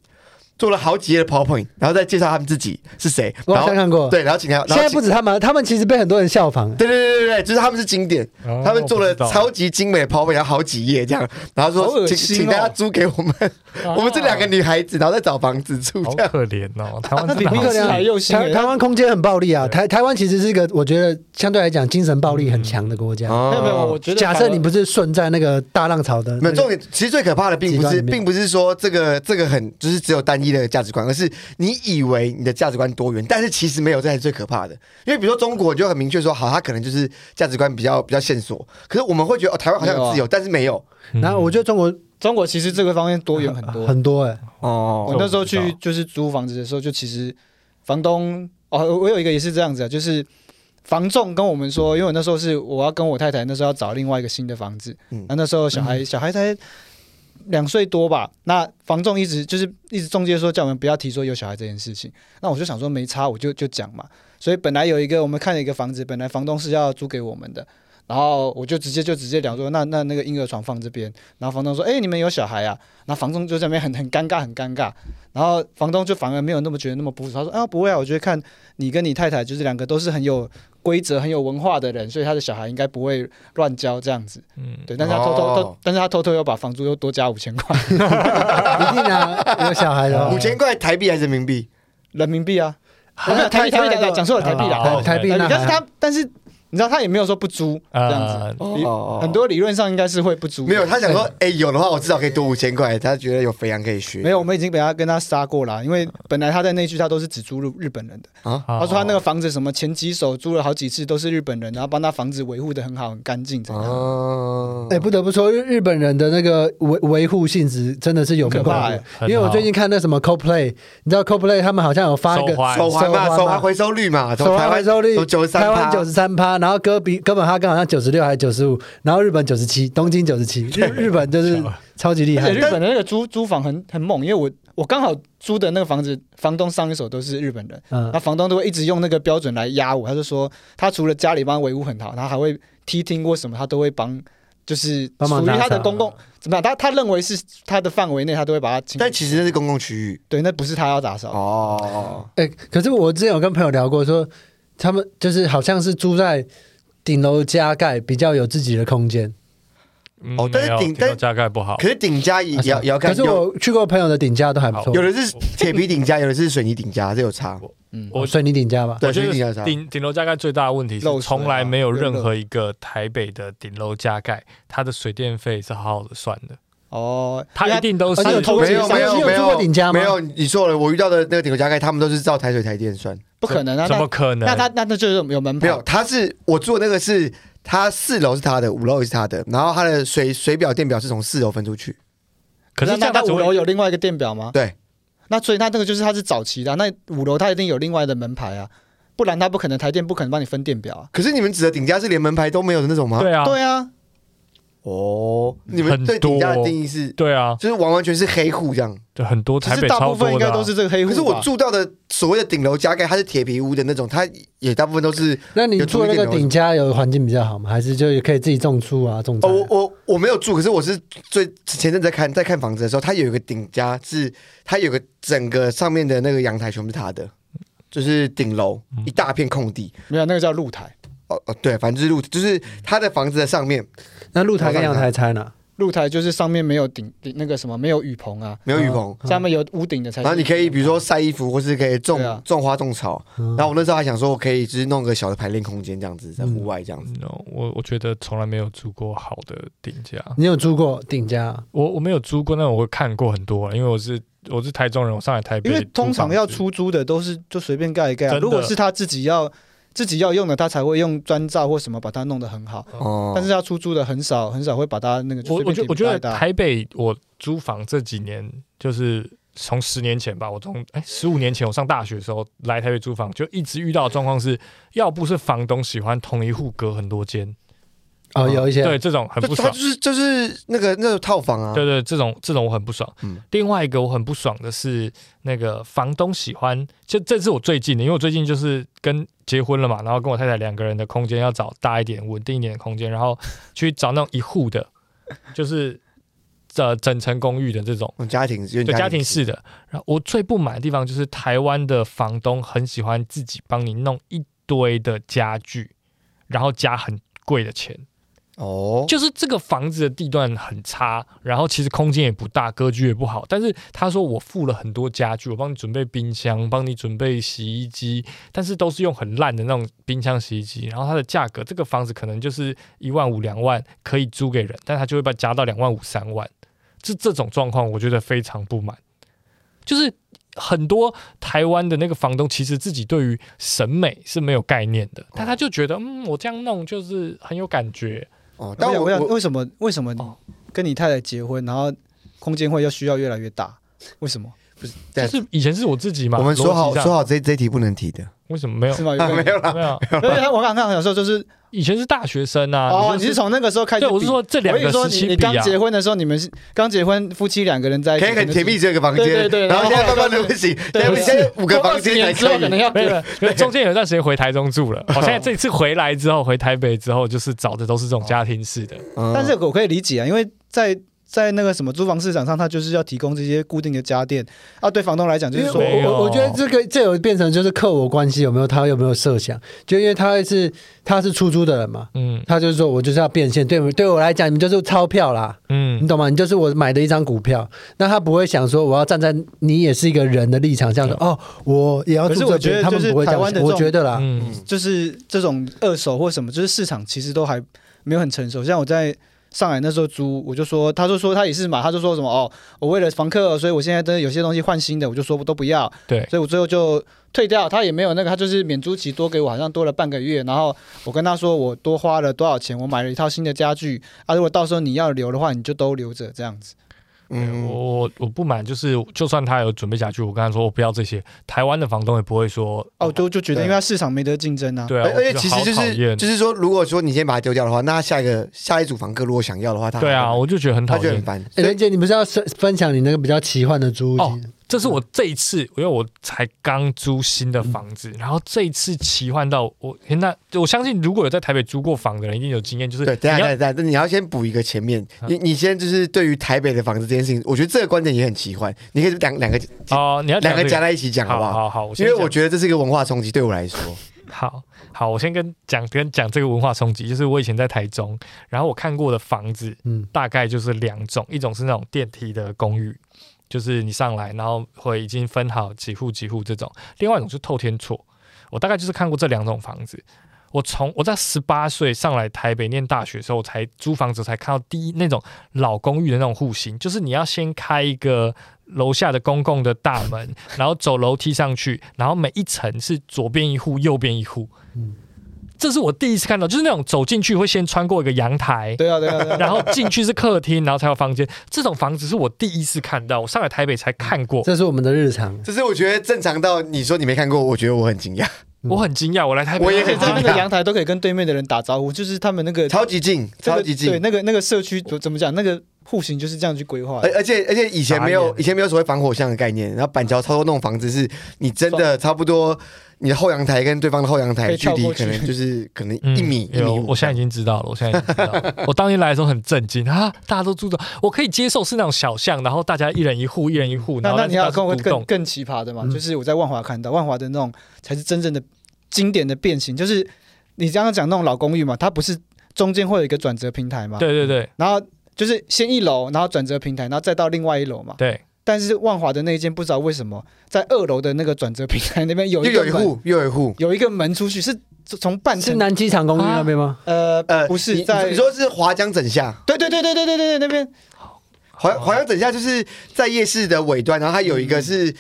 [SPEAKER 2] 做了好几页的 PowerPoint，然后再介绍她们自己是谁，
[SPEAKER 1] 我
[SPEAKER 2] 然
[SPEAKER 1] 好
[SPEAKER 2] 后
[SPEAKER 1] 像看过。，
[SPEAKER 2] 对，然后请她，然后
[SPEAKER 1] 现在
[SPEAKER 2] 请
[SPEAKER 1] 不止他们，他们其实被很多人效仿。
[SPEAKER 2] 对对对对对，就是他们是经典，
[SPEAKER 3] 哦
[SPEAKER 2] 他们做了
[SPEAKER 3] 我不知道
[SPEAKER 2] 超级精美的 PowerPoint，然后好几页这样，然后
[SPEAKER 4] 好
[SPEAKER 2] 说
[SPEAKER 4] 恶
[SPEAKER 2] 请
[SPEAKER 4] 心
[SPEAKER 2] 请大家
[SPEAKER 4] 哦
[SPEAKER 2] 租给我们，
[SPEAKER 3] 啊
[SPEAKER 2] 我们这两个女孩子，然后再找房子住
[SPEAKER 3] 好
[SPEAKER 2] 这样。
[SPEAKER 3] 可怜哦， 台湾
[SPEAKER 1] 那
[SPEAKER 3] 真的
[SPEAKER 1] 比
[SPEAKER 3] 好
[SPEAKER 1] 克
[SPEAKER 4] 是还
[SPEAKER 1] 良
[SPEAKER 4] 右心
[SPEAKER 1] 啊台
[SPEAKER 4] 欸
[SPEAKER 1] 台湾空间很暴力啊，
[SPEAKER 3] 对
[SPEAKER 1] 台台湾其实是一个我觉得相对来讲精神暴力很强的国家。
[SPEAKER 4] 啊
[SPEAKER 2] 哦
[SPEAKER 4] 没有没嗯有，我觉得
[SPEAKER 1] 假设
[SPEAKER 4] 反而
[SPEAKER 1] 你不是顺在那个大浪潮的那个，
[SPEAKER 2] 没有重点，其实最可怕的并不
[SPEAKER 1] 极端
[SPEAKER 2] 是，
[SPEAKER 1] 里面
[SPEAKER 2] 并不是说这个这个很就是只有单一的价值观，而是你以为你的价值观多元，但是其实没有，这才是最可怕的。因为比如说中国，你就很明确说，好，他可能就是价值观比较比较线索，可是我们会觉得哦，台湾好像
[SPEAKER 4] 没有
[SPEAKER 2] 很
[SPEAKER 4] 啊
[SPEAKER 2] 自由，但是没有
[SPEAKER 3] 嗯
[SPEAKER 1] 然后我觉得中国
[SPEAKER 4] 中国其实这个方面多元很多。
[SPEAKER 1] 很多哎、
[SPEAKER 2] 哦
[SPEAKER 4] 我那时候
[SPEAKER 3] 我知
[SPEAKER 4] 去
[SPEAKER 3] 道
[SPEAKER 4] 就是租房子的时候，就其实房东哦，我我有一个也是这样子啊，就是房仲跟我们说，因为我那时候是我要跟我太太那时候要找另外一个新的房子，
[SPEAKER 2] 嗯
[SPEAKER 4] 那那时候小孩小孩才两岁多吧，那房仲一直就是一直中介说叫我们不要提说有小孩这件事情，那我就想说没差，我就就讲嘛，所以本来有一个我们看了一个房子，本来房东是要租给我们的。然后我就直接就直接讲说，那那那个婴儿床放这边。然后房东说，哎、你们有小孩啊？然后房东就在那边很很尴尬，很尴尬。然后房东就反而没有那么觉得那么不服，他说：“啊，不会啊，我觉得看你跟你太太就是两个都是很有规则、很有文化的人，所以他的小孩应该不会乱教这样子。”
[SPEAKER 3] 嗯
[SPEAKER 4] 对，但是他偷偷、
[SPEAKER 2] 哦
[SPEAKER 4] 偷，但是他偷偷又把房租又多加五千块
[SPEAKER 1] 一定啊，有小孩的 话
[SPEAKER 2] 五千块台币还是人民币？
[SPEAKER 4] 人民币啊，
[SPEAKER 1] 啊
[SPEAKER 4] 没有台币台币台币讲错了台币啦，
[SPEAKER 1] 台啊
[SPEAKER 3] 哦
[SPEAKER 1] 台币
[SPEAKER 4] 台
[SPEAKER 2] 啊
[SPEAKER 4] 币
[SPEAKER 1] 那
[SPEAKER 4] 但是
[SPEAKER 1] 还好
[SPEAKER 4] 他但是你知道他也没有说不租这样子，
[SPEAKER 3] 呃
[SPEAKER 4] 理很多理论上应该是会不租的，
[SPEAKER 2] 哦没有，他想说，哎、有的话我至少可以多五千块。他觉得有肥羊可以学。
[SPEAKER 4] 没有，我们已经给他跟他杀过了，因为本来他在那区他都是只租入日本人的。
[SPEAKER 2] 啊，
[SPEAKER 3] 好
[SPEAKER 4] 他说他那个房子什么前几手租了好几次都是日本人，然后帮他房子维护的很好，很干净这样。
[SPEAKER 2] 哦，
[SPEAKER 1] 哎、不得不说，日日本人的那个维维护性质真的是有目
[SPEAKER 4] 可
[SPEAKER 1] 共
[SPEAKER 4] 怕
[SPEAKER 1] 睹
[SPEAKER 4] 欸。
[SPEAKER 1] 因为我最近看那什么 Coldplay，你知道 Coldplay 他们好像有发一个
[SPEAKER 3] 手环
[SPEAKER 2] 手环嘛，
[SPEAKER 1] 哎手
[SPEAKER 2] 手
[SPEAKER 1] 环
[SPEAKER 2] 环回收率嘛，从
[SPEAKER 1] 环
[SPEAKER 2] 台湾
[SPEAKER 1] 回收率
[SPEAKER 2] 从九十三，
[SPEAKER 1] 台湾九十三趴，然后哥比哥本哈根好像九十六还是九十五，然后日本九十七，东京九十七，日日本就是超级厉
[SPEAKER 4] 而且
[SPEAKER 1] 害
[SPEAKER 4] 日。本的那个租租房很很猛，因为我我刚好租的那个房子，房东上一手都是日本人，
[SPEAKER 1] 嗯
[SPEAKER 4] 那，房东都会一直用那个标准来压我。他就说他除了家里帮他维护很好，他还会踢听或什么，他都会帮，就是
[SPEAKER 1] 帮忙
[SPEAKER 4] 属于
[SPEAKER 1] 打
[SPEAKER 4] 他的
[SPEAKER 1] 扫
[SPEAKER 4] 公共怎么样？他他认为是他的范围内，他都会把它清。
[SPEAKER 2] 但其实那是公共区域
[SPEAKER 4] 对，那不是他要打扫，
[SPEAKER 2] 哦。
[SPEAKER 1] 哎、可是我之前有跟朋友聊过说，他们就是好像是住在顶楼加盖，比较有自己的空间。
[SPEAKER 3] 嗯
[SPEAKER 2] 哦但是
[SPEAKER 3] 没有
[SPEAKER 2] 顶
[SPEAKER 3] 听说
[SPEAKER 2] 但
[SPEAKER 3] 加盖不好，
[SPEAKER 2] 可是顶加也也要也要
[SPEAKER 1] 可
[SPEAKER 2] 看，
[SPEAKER 1] 啊是
[SPEAKER 2] 有
[SPEAKER 1] 我去过朋友的顶家都还不错哦
[SPEAKER 2] 有，的是铁皮顶加，有的是水泥顶加，这有差。
[SPEAKER 4] 嗯，
[SPEAKER 3] 我
[SPEAKER 1] 水泥顶家吧。
[SPEAKER 2] 对，
[SPEAKER 3] 我觉
[SPEAKER 2] 水泥顶加有
[SPEAKER 3] 得
[SPEAKER 2] 差。
[SPEAKER 3] 顶顶楼加盖最大的问题
[SPEAKER 4] 漏水
[SPEAKER 3] 是，
[SPEAKER 4] 啊
[SPEAKER 3] 从来没有
[SPEAKER 4] 有漏
[SPEAKER 3] 任何一个台北的顶楼加盖，它的水电费是好好的算的，
[SPEAKER 4] 哦，
[SPEAKER 3] 它
[SPEAKER 4] 因为
[SPEAKER 3] 一定都
[SPEAKER 1] 而且
[SPEAKER 4] 有
[SPEAKER 3] 是
[SPEAKER 4] 偷
[SPEAKER 2] 没
[SPEAKER 4] 没
[SPEAKER 2] 有
[SPEAKER 4] 有
[SPEAKER 2] 啊没
[SPEAKER 4] 没
[SPEAKER 2] 有
[SPEAKER 4] 有
[SPEAKER 1] 你
[SPEAKER 2] 没
[SPEAKER 1] 有住过
[SPEAKER 2] 有
[SPEAKER 1] 顶加吗
[SPEAKER 2] 没有，你错了，我遇到的那个顶楼加盖，他们都是照台水台电算。
[SPEAKER 4] 不可能啊，
[SPEAKER 3] 怎
[SPEAKER 4] 那
[SPEAKER 3] 么可能？
[SPEAKER 4] 那他那那就是有有门牌啊
[SPEAKER 2] 没有，他是我住的那个是，他四楼是他的，五楼也是他的，然后他的水水表电表是从四楼分出去。
[SPEAKER 3] 可是这
[SPEAKER 4] 那
[SPEAKER 3] 样
[SPEAKER 4] 那
[SPEAKER 3] 它只
[SPEAKER 4] 五
[SPEAKER 3] 会
[SPEAKER 4] 楼有另外一个电表吗？
[SPEAKER 2] 对，
[SPEAKER 4] 那所以它这个就是它是早期的啊、那五楼它一定有另外的门牌啊，不然它不可能台电不可能帮你分电表啊。
[SPEAKER 2] 可是你们指的顶加是连门牌都没有的那种吗？
[SPEAKER 3] 对啊，
[SPEAKER 4] 对啊，
[SPEAKER 2] 哦，你们对
[SPEAKER 3] 很多
[SPEAKER 2] 顶加的定义是，
[SPEAKER 3] 对啊，
[SPEAKER 2] 就是完完全是黑户这样。
[SPEAKER 3] 对很多
[SPEAKER 4] 其
[SPEAKER 3] 台
[SPEAKER 4] 实
[SPEAKER 3] 北
[SPEAKER 4] 大
[SPEAKER 3] 超
[SPEAKER 4] 部分
[SPEAKER 3] 多
[SPEAKER 4] 应该
[SPEAKER 3] 的啊
[SPEAKER 4] 都是这个黑户
[SPEAKER 2] 可是
[SPEAKER 4] 吧。
[SPEAKER 2] 我住到的所谓的顶楼加盖，它是铁皮屋的那种，它也大部分都是。
[SPEAKER 1] 那你住的那个顶家有环境比较好吗？还是就也可以自己种树啊，种菜
[SPEAKER 2] 哦，
[SPEAKER 1] 啊、
[SPEAKER 2] 我我我没有住，可是我是最前阵子在看在看房子的时候，它有一个顶加是它有个整个上面的那个阳台全部是它的，就是顶楼一大片空地。
[SPEAKER 4] 没有那个叫露台，
[SPEAKER 2] 哦哦，对，反正就是露，就是它的房子的上面
[SPEAKER 1] 那露台跟阳台拆哪？
[SPEAKER 4] 露台就是上面没有顶顶那个什么没有雨棚啊，
[SPEAKER 2] 没有雨棚，
[SPEAKER 1] 嗯
[SPEAKER 4] 下面有屋顶的才。
[SPEAKER 2] 然后你可以比如说晒衣服，或是可以种、
[SPEAKER 4] 对啊
[SPEAKER 2] 种花种草。
[SPEAKER 1] 嗯
[SPEAKER 2] 然后我那时候还想说，我可以就是弄个小的排练空间这样子，在户外这样子。
[SPEAKER 3] No，我我觉得从来没有租过好的顶价，
[SPEAKER 1] 你有住过顶家啊？
[SPEAKER 3] 我我没有租过，但我看过很多，啊因为我是我是台中人，我上来台北，
[SPEAKER 4] 因为通常要，出租的都是就随便盖一盖啊、
[SPEAKER 3] 真的
[SPEAKER 4] 如果是他自己要自己要用的，他才会用砖造或什么把它弄得很好。
[SPEAKER 2] 哦，
[SPEAKER 4] 但是他出租的很少，很少会把它那个就
[SPEAKER 3] 我我
[SPEAKER 4] 随便
[SPEAKER 3] 觉
[SPEAKER 4] 顶
[SPEAKER 3] 我觉得
[SPEAKER 4] 盖的啊
[SPEAKER 3] 台北我租房这几年就是。从十年前吧，我从哎十五年前我上大学的时候来台北租房，就一直遇到的状况是，要不是房东喜欢同一户隔很多间，
[SPEAKER 1] 哦，
[SPEAKER 2] 啊
[SPEAKER 1] 有一些
[SPEAKER 3] 对，这种很不
[SPEAKER 2] 就他
[SPEAKER 3] 爽
[SPEAKER 2] 就。是就是那个那个套房啊，
[SPEAKER 3] 对对，这种这种我很不爽。
[SPEAKER 2] 嗯
[SPEAKER 3] 另外一个我很不爽的是，那个房东喜欢，就这是我最近的，因为我最近就是跟结婚了嘛，然后跟我太太两个人的空间要找大一点、稳定一点的空间，然后去找那种一户的，就是呃整层公寓的这种。
[SPEAKER 2] 嗯，家庭有点
[SPEAKER 3] 对家
[SPEAKER 2] 庭
[SPEAKER 3] 庭式的，然后我最不满的地方就是台湾的房东很喜欢自己帮你弄一堆的家具，然后加很贵的钱。
[SPEAKER 2] 哦，
[SPEAKER 3] 就是这个房子的地段很差，然后其实空间也不大，格局也不好。但是他说我付了很多家具，我帮你准备冰箱，帮你准备洗衣机，但是都是用很烂的那种冰箱、洗衣机。然后它的价格，这个房子可能就是一万五、两万可以租给人，但他就会把加到两万五、三万。这这种状况，我觉得非常不满。就是很多台湾的那个房东，其实自己对于审美是没有概念的，但他就觉得，嗯，我这样弄就是很有感觉。
[SPEAKER 2] 哦，但
[SPEAKER 4] 但
[SPEAKER 2] 我
[SPEAKER 4] 我想
[SPEAKER 2] 我
[SPEAKER 4] 为什么为什么
[SPEAKER 3] 哦
[SPEAKER 4] 跟你太太结婚，然后空间会要需要越来越大？为什么？
[SPEAKER 2] 对
[SPEAKER 3] 就是以前是我自己嘛，
[SPEAKER 2] 我们说好
[SPEAKER 3] 逻辑上
[SPEAKER 2] 说好这这题不能提的，
[SPEAKER 3] 为什么没有
[SPEAKER 4] 是？吗？有没
[SPEAKER 2] 啊没有啦，
[SPEAKER 3] 没有，
[SPEAKER 4] 有？因为他我刚刚想说就是
[SPEAKER 3] 以前是大学生啊。
[SPEAKER 4] 哦，
[SPEAKER 3] 就
[SPEAKER 4] 你是从那个时候开始
[SPEAKER 3] 对，
[SPEAKER 4] 比。
[SPEAKER 3] 我是说这两
[SPEAKER 4] 我跟
[SPEAKER 3] 个
[SPEAKER 4] 你说
[SPEAKER 3] 时
[SPEAKER 4] 你
[SPEAKER 3] 期
[SPEAKER 4] 你
[SPEAKER 3] 比
[SPEAKER 4] 刚
[SPEAKER 3] 啊，
[SPEAKER 4] 结婚的时候，你们是刚结婚夫妻两个人在一起
[SPEAKER 2] 可以很甜蜜，只有一个房间，
[SPEAKER 4] 对对对
[SPEAKER 2] 然后
[SPEAKER 4] 然后
[SPEAKER 2] 现在慢慢的不行，
[SPEAKER 4] 对
[SPEAKER 2] 现在现在五个房间才
[SPEAKER 4] 之后可能
[SPEAKER 2] 可以。
[SPEAKER 4] 要
[SPEAKER 3] 没有，没有中间有一段时间回台 中住了。好像这次回来之后，回台北之后，就是找的都是这种家庭式的。
[SPEAKER 2] 嗯
[SPEAKER 4] 但是我可以理解啊，因为在在那个什么租房市场上，它就是要提供这些固定的家电啊。对房东来讲，就是说
[SPEAKER 1] 因为
[SPEAKER 3] 没
[SPEAKER 1] 我
[SPEAKER 3] 有
[SPEAKER 1] 我我觉得这个这有变成就是客我关系有没有他有没有设想，就因为他会是他是出租的人嘛，
[SPEAKER 3] 嗯
[SPEAKER 1] 他就是说我就是要变现，对我对我来讲你们就是钞票啦，你
[SPEAKER 3] 嗯，
[SPEAKER 1] 懂吗？你就是我买的一张股票，那他不会想说我要站在你也是一个人的立场，这样说哦，我也要
[SPEAKER 4] 可
[SPEAKER 1] 住
[SPEAKER 4] 是
[SPEAKER 1] 这
[SPEAKER 4] 我觉
[SPEAKER 1] 边，
[SPEAKER 4] 得
[SPEAKER 1] 他
[SPEAKER 4] 就
[SPEAKER 1] 们
[SPEAKER 4] 是
[SPEAKER 1] 不会这
[SPEAKER 4] 台
[SPEAKER 1] 样
[SPEAKER 4] 湾的
[SPEAKER 1] 想，我
[SPEAKER 4] 这种
[SPEAKER 1] 觉得啦，
[SPEAKER 3] 嗯
[SPEAKER 2] 嗯
[SPEAKER 4] 就是这种二手或什么，就是市场其实都还没有很成熟。像我在上海那时候租，我就说，他就说他也是买，他就说什么哦，我为了房客，所以我现在真的有些东西换新的，我就说我都不要，
[SPEAKER 3] 对，
[SPEAKER 4] 所以我最后就退掉。他也没有那个，他就是免租期多给我，好像多了半个月。然后我跟他说我多花了多少钱，我买了一套新的家具啊，如果到时候你要留的话，你就都留着这样子。
[SPEAKER 3] 对
[SPEAKER 2] 嗯，
[SPEAKER 3] 哎我我我不满，就是就算他有准备家具，我跟他说我不要这些，台湾的房东也不会说
[SPEAKER 4] 哦，就就觉得
[SPEAKER 2] 对
[SPEAKER 4] 因为它市场没得竞争啊。
[SPEAKER 3] 对啊，
[SPEAKER 2] 而而且其实
[SPEAKER 3] 我
[SPEAKER 2] 就
[SPEAKER 3] 觉得好讨
[SPEAKER 2] 是
[SPEAKER 3] 厌
[SPEAKER 2] 就是说，如果说你先把它丢掉的话，那他下一个下一组房客如果想要的话，他
[SPEAKER 3] 对啊，我就觉得很
[SPEAKER 2] 他
[SPEAKER 3] 讨
[SPEAKER 2] 觉得
[SPEAKER 3] 厌
[SPEAKER 2] 很。烦。
[SPEAKER 1] 哎，
[SPEAKER 2] 所以
[SPEAKER 1] 人姐，你不是要分分享你那个比较奇幻的租屋经
[SPEAKER 4] 哦
[SPEAKER 1] 验？
[SPEAKER 3] 这
[SPEAKER 2] 嗯
[SPEAKER 3] 是我这一次，因为我才刚租新的房
[SPEAKER 2] 嗯
[SPEAKER 3] 子，然后这一次奇幻到我，诶那我相信如果有在台北租过房的人，一定有经验，就是
[SPEAKER 2] 对，等一
[SPEAKER 3] 你
[SPEAKER 2] 下等
[SPEAKER 3] 要啊
[SPEAKER 2] 一下，等一下你要先补一个前面，你你先就是对于台北的房子这件事情，我觉得这个观点也很奇幻，你可以两两个
[SPEAKER 3] 哦，你要
[SPEAKER 2] 两
[SPEAKER 3] 讲
[SPEAKER 2] 个
[SPEAKER 3] 这
[SPEAKER 2] 加在一起讲好
[SPEAKER 3] 好
[SPEAKER 2] 不好？
[SPEAKER 3] 好好，我
[SPEAKER 2] 因
[SPEAKER 3] 先
[SPEAKER 2] 为
[SPEAKER 3] 讲哦
[SPEAKER 2] 我觉得这是一个文化冲击，对我来说，
[SPEAKER 3] 好好，我先跟讲跟讲这个文化冲击，就是我以前在台中，然后我看过的房子
[SPEAKER 1] 嗯，
[SPEAKER 3] 大概就是两种，一种是那种电梯的公寓，就是你上来然后会已经分好几户几户这种；，另外一种是透天厝，我大概就是看过这两种房子。我从我在十八岁上来台北念大学的时候，我才租房子，才看到第一那种老公寓的那种户型，就是你要先开一个楼下的公共的大门，然后走楼梯上去，然后每一层是左边一户，右边一户。
[SPEAKER 1] 嗯
[SPEAKER 3] 这是我第一次看到，就是那种走进去会先穿过一个阳台，
[SPEAKER 4] 对啊，对啊，对啊。
[SPEAKER 3] 然后进去是客厅，然后才有房间。这种房子是我第一次看到，我上来台北才看过，
[SPEAKER 1] 这是我们的日常。
[SPEAKER 2] 只是我觉得正常到你说你没看过，我觉得我很惊讶，
[SPEAKER 4] 嗯
[SPEAKER 3] 我很惊讶。我来台北，
[SPEAKER 2] 我也
[SPEAKER 4] 而且
[SPEAKER 2] 很
[SPEAKER 4] 在
[SPEAKER 2] 惊
[SPEAKER 4] 那
[SPEAKER 2] 讶
[SPEAKER 4] 个阳台都可以跟对面的人打招呼，就是他们那个
[SPEAKER 2] 超级近，
[SPEAKER 4] 这
[SPEAKER 2] 超
[SPEAKER 4] 个
[SPEAKER 2] 级
[SPEAKER 4] 对
[SPEAKER 2] 近。
[SPEAKER 4] 那个那个社区怎怎么讲？那个户型就是这样去规划的
[SPEAKER 2] 而。而且而且以前没
[SPEAKER 3] 傻
[SPEAKER 2] 有
[SPEAKER 3] 眼
[SPEAKER 2] 以前没有所谓防火巷的概念，然后板桥超多那种房子是你真的差不多，你的后阳台跟对方的后阳
[SPEAKER 4] 可
[SPEAKER 2] 台
[SPEAKER 4] 以
[SPEAKER 2] 距
[SPEAKER 4] 跳
[SPEAKER 2] 离
[SPEAKER 4] 过
[SPEAKER 2] 可
[SPEAKER 4] 去
[SPEAKER 2] 能就是可能
[SPEAKER 3] 嗯
[SPEAKER 2] 一米、一米
[SPEAKER 3] 有
[SPEAKER 2] 五。
[SPEAKER 3] 我现在已经知道了，我现在已经知道了。我当年来的时候很震惊啊，大家都住的，我可以接受是那种小巷，然后大家一人一户，一人一户，
[SPEAKER 4] 那
[SPEAKER 3] 然后
[SPEAKER 4] 那你要跟我
[SPEAKER 3] 跟
[SPEAKER 4] 更更奇葩的嘛？
[SPEAKER 3] 嗯
[SPEAKER 4] 就是我在万华看到万华的那种才是真正的经典的变形，就是你刚刚讲那种老公寓嘛，它不是中间会有一个转折平台嘛？。
[SPEAKER 3] 对对对
[SPEAKER 4] 然后就是先一楼，然后转折平台，然后再到另外一楼嘛。
[SPEAKER 3] 对，
[SPEAKER 4] 但是万华的那一间不知道为什么在二楼的那个转折平台那边有
[SPEAKER 2] 又
[SPEAKER 4] 一
[SPEAKER 2] 有
[SPEAKER 4] 个
[SPEAKER 2] 一
[SPEAKER 4] 门
[SPEAKER 2] 户，又有一户。
[SPEAKER 4] 有一个门出去是从半
[SPEAKER 1] 是
[SPEAKER 4] 层
[SPEAKER 1] 南机场公寓那边吗？
[SPEAKER 4] 呃
[SPEAKER 2] 呃，
[SPEAKER 4] 不
[SPEAKER 2] 你
[SPEAKER 4] 是
[SPEAKER 2] 你
[SPEAKER 4] 在
[SPEAKER 2] 你说是华江整下，
[SPEAKER 4] 对对对对对对对对，那边
[SPEAKER 2] 华华江整下就是在夜市的尾端，然后它有一个是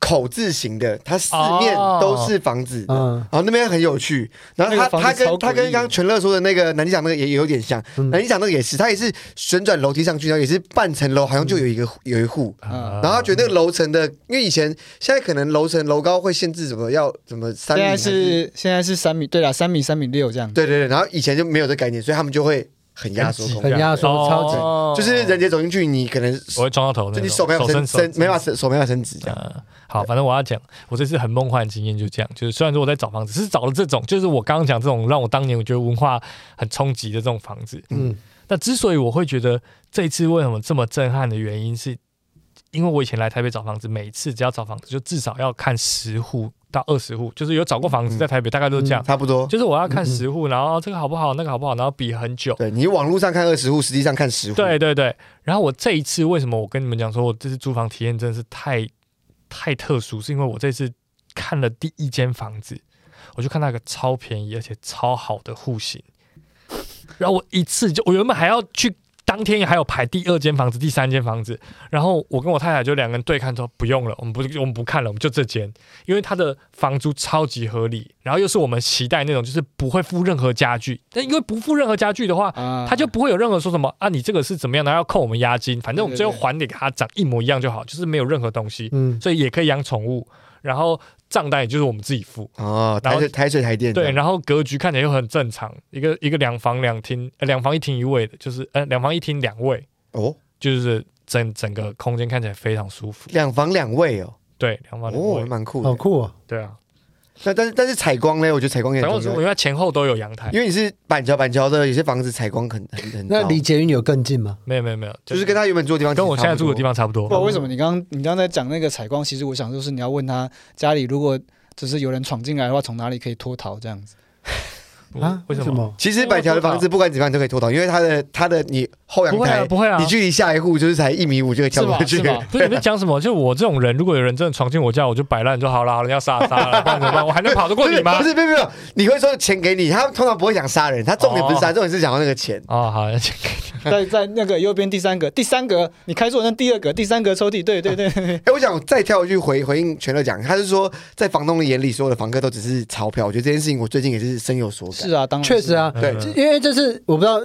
[SPEAKER 2] 口字形的，它四面都是房子，
[SPEAKER 1] 嗯，
[SPEAKER 2] 哦然后那边很有趣，然后
[SPEAKER 4] 那
[SPEAKER 2] 他
[SPEAKER 4] 个房子
[SPEAKER 2] 他跟
[SPEAKER 4] 超诡异
[SPEAKER 2] 他跟刚刚全乐说的那个南机场那个也也有点像，
[SPEAKER 1] 嗯
[SPEAKER 2] 南机场那个也是，他也是旋转楼梯上去，然后也是半层楼，好像就有一个、有一户，
[SPEAKER 4] 嗯
[SPEAKER 2] 然后他觉得那个楼层的，因为以前现在可能楼层楼高会限制什么要什么三
[SPEAKER 4] 现
[SPEAKER 2] 米还
[SPEAKER 4] 在
[SPEAKER 2] 是，
[SPEAKER 4] 是现在是三米，对啦，三米三米六这样。
[SPEAKER 2] 对对对，然后以前就没有这概念，所以他们就会很压缩空
[SPEAKER 3] 这
[SPEAKER 1] 很
[SPEAKER 2] 间，
[SPEAKER 3] 样
[SPEAKER 1] 压缩超级
[SPEAKER 3] 哦
[SPEAKER 2] 就是人家走进去，你可能
[SPEAKER 3] 我会撞到头那
[SPEAKER 2] 就
[SPEAKER 3] 种，
[SPEAKER 2] 你手没有伸
[SPEAKER 3] 伸
[SPEAKER 2] 伸，没办法
[SPEAKER 3] 法。
[SPEAKER 2] 伸手没办法伸直这样。
[SPEAKER 3] 嗯，好，反正我要讲，我这次很梦幻的经验就这样，就是虽然说我在找房子，是找了这种，就是我刚刚讲这种让我当年我觉得文化很冲击的这种房子。
[SPEAKER 1] 嗯，
[SPEAKER 3] 那之所以我会觉得这一次为什么这么震撼的原因是，因为我以前来台北找房子，每次只要找房子就至少要看十户到二十户，就是有找过房子
[SPEAKER 2] 嗯
[SPEAKER 3] 在台北大概都是这样，
[SPEAKER 2] 差不多。
[SPEAKER 3] 就是我要看
[SPEAKER 1] 嗯嗯
[SPEAKER 3] 十户，然后哦这个好不好，那个好不好，然后比很久。
[SPEAKER 2] 对你网络上看二十户，实际上看十户。
[SPEAKER 3] 对对对，然后我这一次为什么我跟你们讲说我这次租房体验真的是太太特殊，是因为我这次看了第一间房子，我就看到一个超便宜而且超好的户型，然后我一次就我原本还要去。当天还有排第二间房子、第三间房子，然后我跟我太太就两个人对看说不用了，我们不我们不看了，我们就这间，因为它的房租超级合理，然后又是我们期待那种就是不会附任何家具，但因为不附任何家具的话，
[SPEAKER 4] 啊，
[SPEAKER 3] 他就不会有任何说什么啊，你这个是怎么样的，要扣我们押金，反正我们
[SPEAKER 4] 对对
[SPEAKER 3] 最后还给他涨一模一样就好，就是没有任何东西，
[SPEAKER 1] 嗯，
[SPEAKER 3] 所以也可以养宠物，然后账单也就是我们自己付，
[SPEAKER 2] 哦，台水台水台电
[SPEAKER 3] 对，
[SPEAKER 2] 这样
[SPEAKER 3] 然后格局看起来又很正常，一个一个两房两厅，呃两房一厅一卫的，就是呃两房一厅两卫，
[SPEAKER 2] 哦，
[SPEAKER 3] 就是整整个空间看起来非常舒服，
[SPEAKER 2] 两房两卫哦，
[SPEAKER 3] 对，两房两
[SPEAKER 2] 哦，
[SPEAKER 3] 卫，
[SPEAKER 2] 蛮
[SPEAKER 4] 嗯
[SPEAKER 2] 酷
[SPEAKER 1] 好
[SPEAKER 2] 的。
[SPEAKER 1] 酷哦，
[SPEAKER 3] 对啊，
[SPEAKER 2] 那但是但是采光呢？我觉得采光也
[SPEAKER 3] 然
[SPEAKER 2] 很
[SPEAKER 3] 后
[SPEAKER 2] 重要，
[SPEAKER 3] 因为它前后都有阳台，
[SPEAKER 2] 因为你是板桥板桥的，有些房子采光很很
[SPEAKER 4] 嗯
[SPEAKER 2] 很
[SPEAKER 1] 那
[SPEAKER 2] 糟，
[SPEAKER 1] 离捷运有更近吗？
[SPEAKER 3] 没有没有没有，
[SPEAKER 2] 就是跟他原本住的地方
[SPEAKER 3] 跟我现在住的地
[SPEAKER 2] 方
[SPEAKER 3] 方差不
[SPEAKER 4] 不知道
[SPEAKER 3] 多，
[SPEAKER 4] 为什么你刚刚你刚刚在讲那个采光，其实我想就是你要问他家里如果就是有人闯进来的话，从哪里可以脱逃这样子。
[SPEAKER 1] 啊，
[SPEAKER 3] 为什
[SPEAKER 1] 什
[SPEAKER 3] 么？
[SPEAKER 1] 么？
[SPEAKER 2] 其实板桥的房子不管怎么样你都可以脱逃，因为它的它的你后
[SPEAKER 3] 不
[SPEAKER 2] 阳
[SPEAKER 3] 会啊，
[SPEAKER 2] 台，
[SPEAKER 3] 不会啊，
[SPEAKER 2] 你距离下一户就是才一米五就可以跳
[SPEAKER 4] 是吧
[SPEAKER 2] 过去
[SPEAKER 4] 是。吧？
[SPEAKER 3] 不是你们讲什么？就我这种人，如果有人真的闯进我家，我就摆烂，就好了，好了，要杀杀了，不然怎么办？我还能跑得过
[SPEAKER 2] 不
[SPEAKER 3] 你
[SPEAKER 2] 是
[SPEAKER 3] 吗
[SPEAKER 2] 不？是，没有没有，你会说钱给你，他通常不会想杀人，他重点不是杀，重点是想要那个钱。
[SPEAKER 3] 哦，好，
[SPEAKER 4] 在在那个右边第三格，第三格你开错，那第二格，第三格抽屉，对对对，
[SPEAKER 2] 哎，我想再跳回去回回应全乐讲，他是说在房东的眼里，所有的房客都只是钞票。我觉得这件事情我最近也是深有所感。
[SPEAKER 4] 是啊，当然
[SPEAKER 1] 确实啊，
[SPEAKER 2] 对
[SPEAKER 3] 嗯
[SPEAKER 1] 这因为这是我不知道，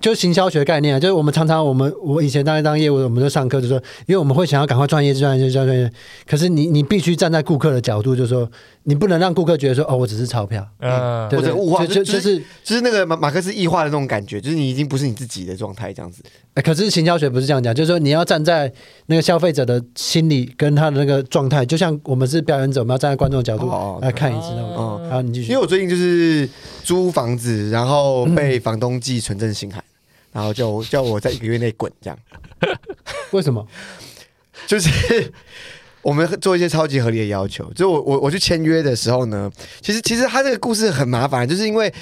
[SPEAKER 1] 就行销学概念啊，就是我们常常我们我以前当当业务，我们就上课就说，因为我们会想要赶快赚业绩、赚业绩、赚业绩赚业绩，可是你你必须站在顾客的角度，就说你不能让顾客觉得说哦，我只是钞票，
[SPEAKER 3] 嗯，
[SPEAKER 1] 对
[SPEAKER 2] 或
[SPEAKER 1] 对
[SPEAKER 2] 者物化
[SPEAKER 1] 就就
[SPEAKER 2] 就
[SPEAKER 1] 就是是，
[SPEAKER 2] 就是那个马马克思异化的那种感觉，就是你已经不是你自己的状态这样子。
[SPEAKER 1] 呃可是行销学不是这样讲，就是说你要站在那个消费者的心理跟他的那个状态，就像我们是表演者，我们要站在观众的角度
[SPEAKER 2] 哦
[SPEAKER 1] 来看一次那种。
[SPEAKER 2] 哦
[SPEAKER 1] 然后嗯你继续
[SPEAKER 2] 因为，我最近就是租房子，然后被房东寄存证信函，然后叫我叫我在一个月内滚，这样
[SPEAKER 1] 为什么？
[SPEAKER 2] 就是我们做一些超级合理的要求。就我我我去签约的时候呢，其实其实他这个故事很麻烦，就是因为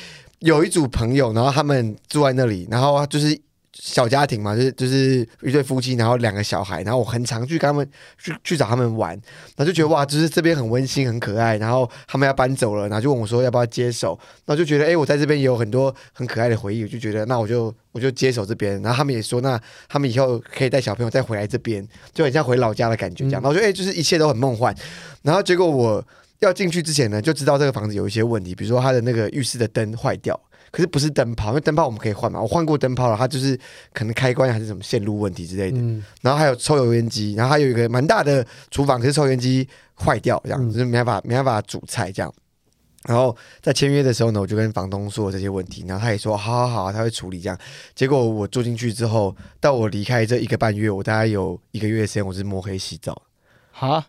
[SPEAKER 2] 有一组朋友，然后他们住在那里，然后就是。小家庭嘛，就是就是一对夫妻，然后两个小孩，然后我很常去跟他们去去找他们玩，然后就觉得哇，就是这边很温馨很可爱，然后他们要搬走了，然后就问我说要不要接手，然后就觉得哎、诶我在这边也有很多很可爱的回忆，我就觉得那我就我就接手这边，然后他们也说那他们以后可以带小朋友再回来这边，就很像回老家的感觉这样。
[SPEAKER 1] 嗯
[SPEAKER 2] 然后我就哎、诶就是一切都很梦幻。然后结果我要进去之前呢，就知道这个房子有一些问题，比如说它的那个浴室的灯坏掉。可是不是灯泡，因为灯泡我们可以换嘛。我换过灯泡了，它就是可能开关还是什么线路问题之类的。
[SPEAKER 1] 嗯，
[SPEAKER 2] 然后还有抽油烟机，然后还有一个蛮大的厨房，可是抽油烟机坏掉，这样、
[SPEAKER 1] 嗯
[SPEAKER 2] 就是没办法没办法煮菜这样。然后在签约的时候呢，我就跟房东说了这些问题，然后他也说好好好，他会处理这样。结果我住进去之后，到我离开这一个半月，我大概有一个月的时间我是摸黑洗澡，
[SPEAKER 4] 啊，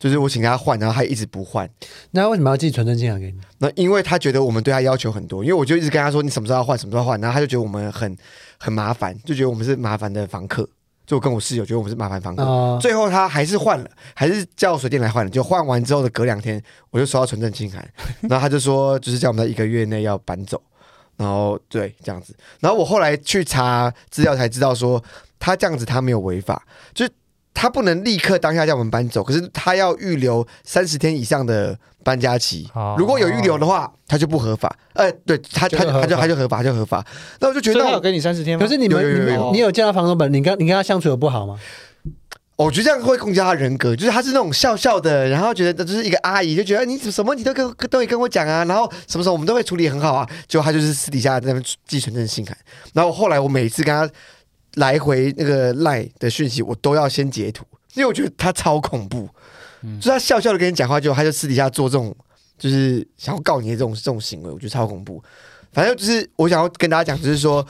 [SPEAKER 2] 就是我请他换，然后他一直不换。
[SPEAKER 1] 那为什么要寄存证信函给你？
[SPEAKER 2] 那因为他觉得我们对他要求很多，因为我就一直跟他说你什么时候要换，什么时候要换，然后他就觉得我们很很麻烦，就觉得我们是麻烦的房客。就我跟我室友觉得我们是麻烦房客，
[SPEAKER 1] 啊，
[SPEAKER 2] 最后他还是换了，还是叫水电来换了。就换完之后的隔两天，我就收到存证信函， 然后他就说，就是叫我们在一个月内要搬走。然后对，这样子。然后我后来去查资料才知道说，他这样子他没有违法，就是他不能立刻当下叫我们搬走，可是他要预留三十天以上的搬家期
[SPEAKER 3] 哦。
[SPEAKER 2] 如果有预留的话，他就不合法。呃，对他他
[SPEAKER 1] 就合法
[SPEAKER 2] 他就他就合法，他就合法。那我就觉
[SPEAKER 4] 所
[SPEAKER 2] 得
[SPEAKER 4] 以他有
[SPEAKER 2] 我，
[SPEAKER 4] 给你三十天吗？
[SPEAKER 1] 可是你们
[SPEAKER 2] 有有有
[SPEAKER 1] 你
[SPEAKER 2] 有
[SPEAKER 1] 们你有见到房东本，你跟你跟他相处有不好吗？
[SPEAKER 2] 我觉得这样会攻击他人格，就是他是那种笑笑的，然后觉得就是一个阿姨，就觉得哎你什么问题都跟都会跟我讲啊，然后什么时候我们都会处理很好啊，结果他就是私底下在那边寄存证信函，然后后来我每次跟他来回那个赖的讯息，我都要先截图，因为我觉得他超恐怖，就是他笑笑的跟你讲话，结果他就私底下做这种就是想要告你的这种这种行为，我觉得超恐怖。反正就是我想要跟大家讲，就是说，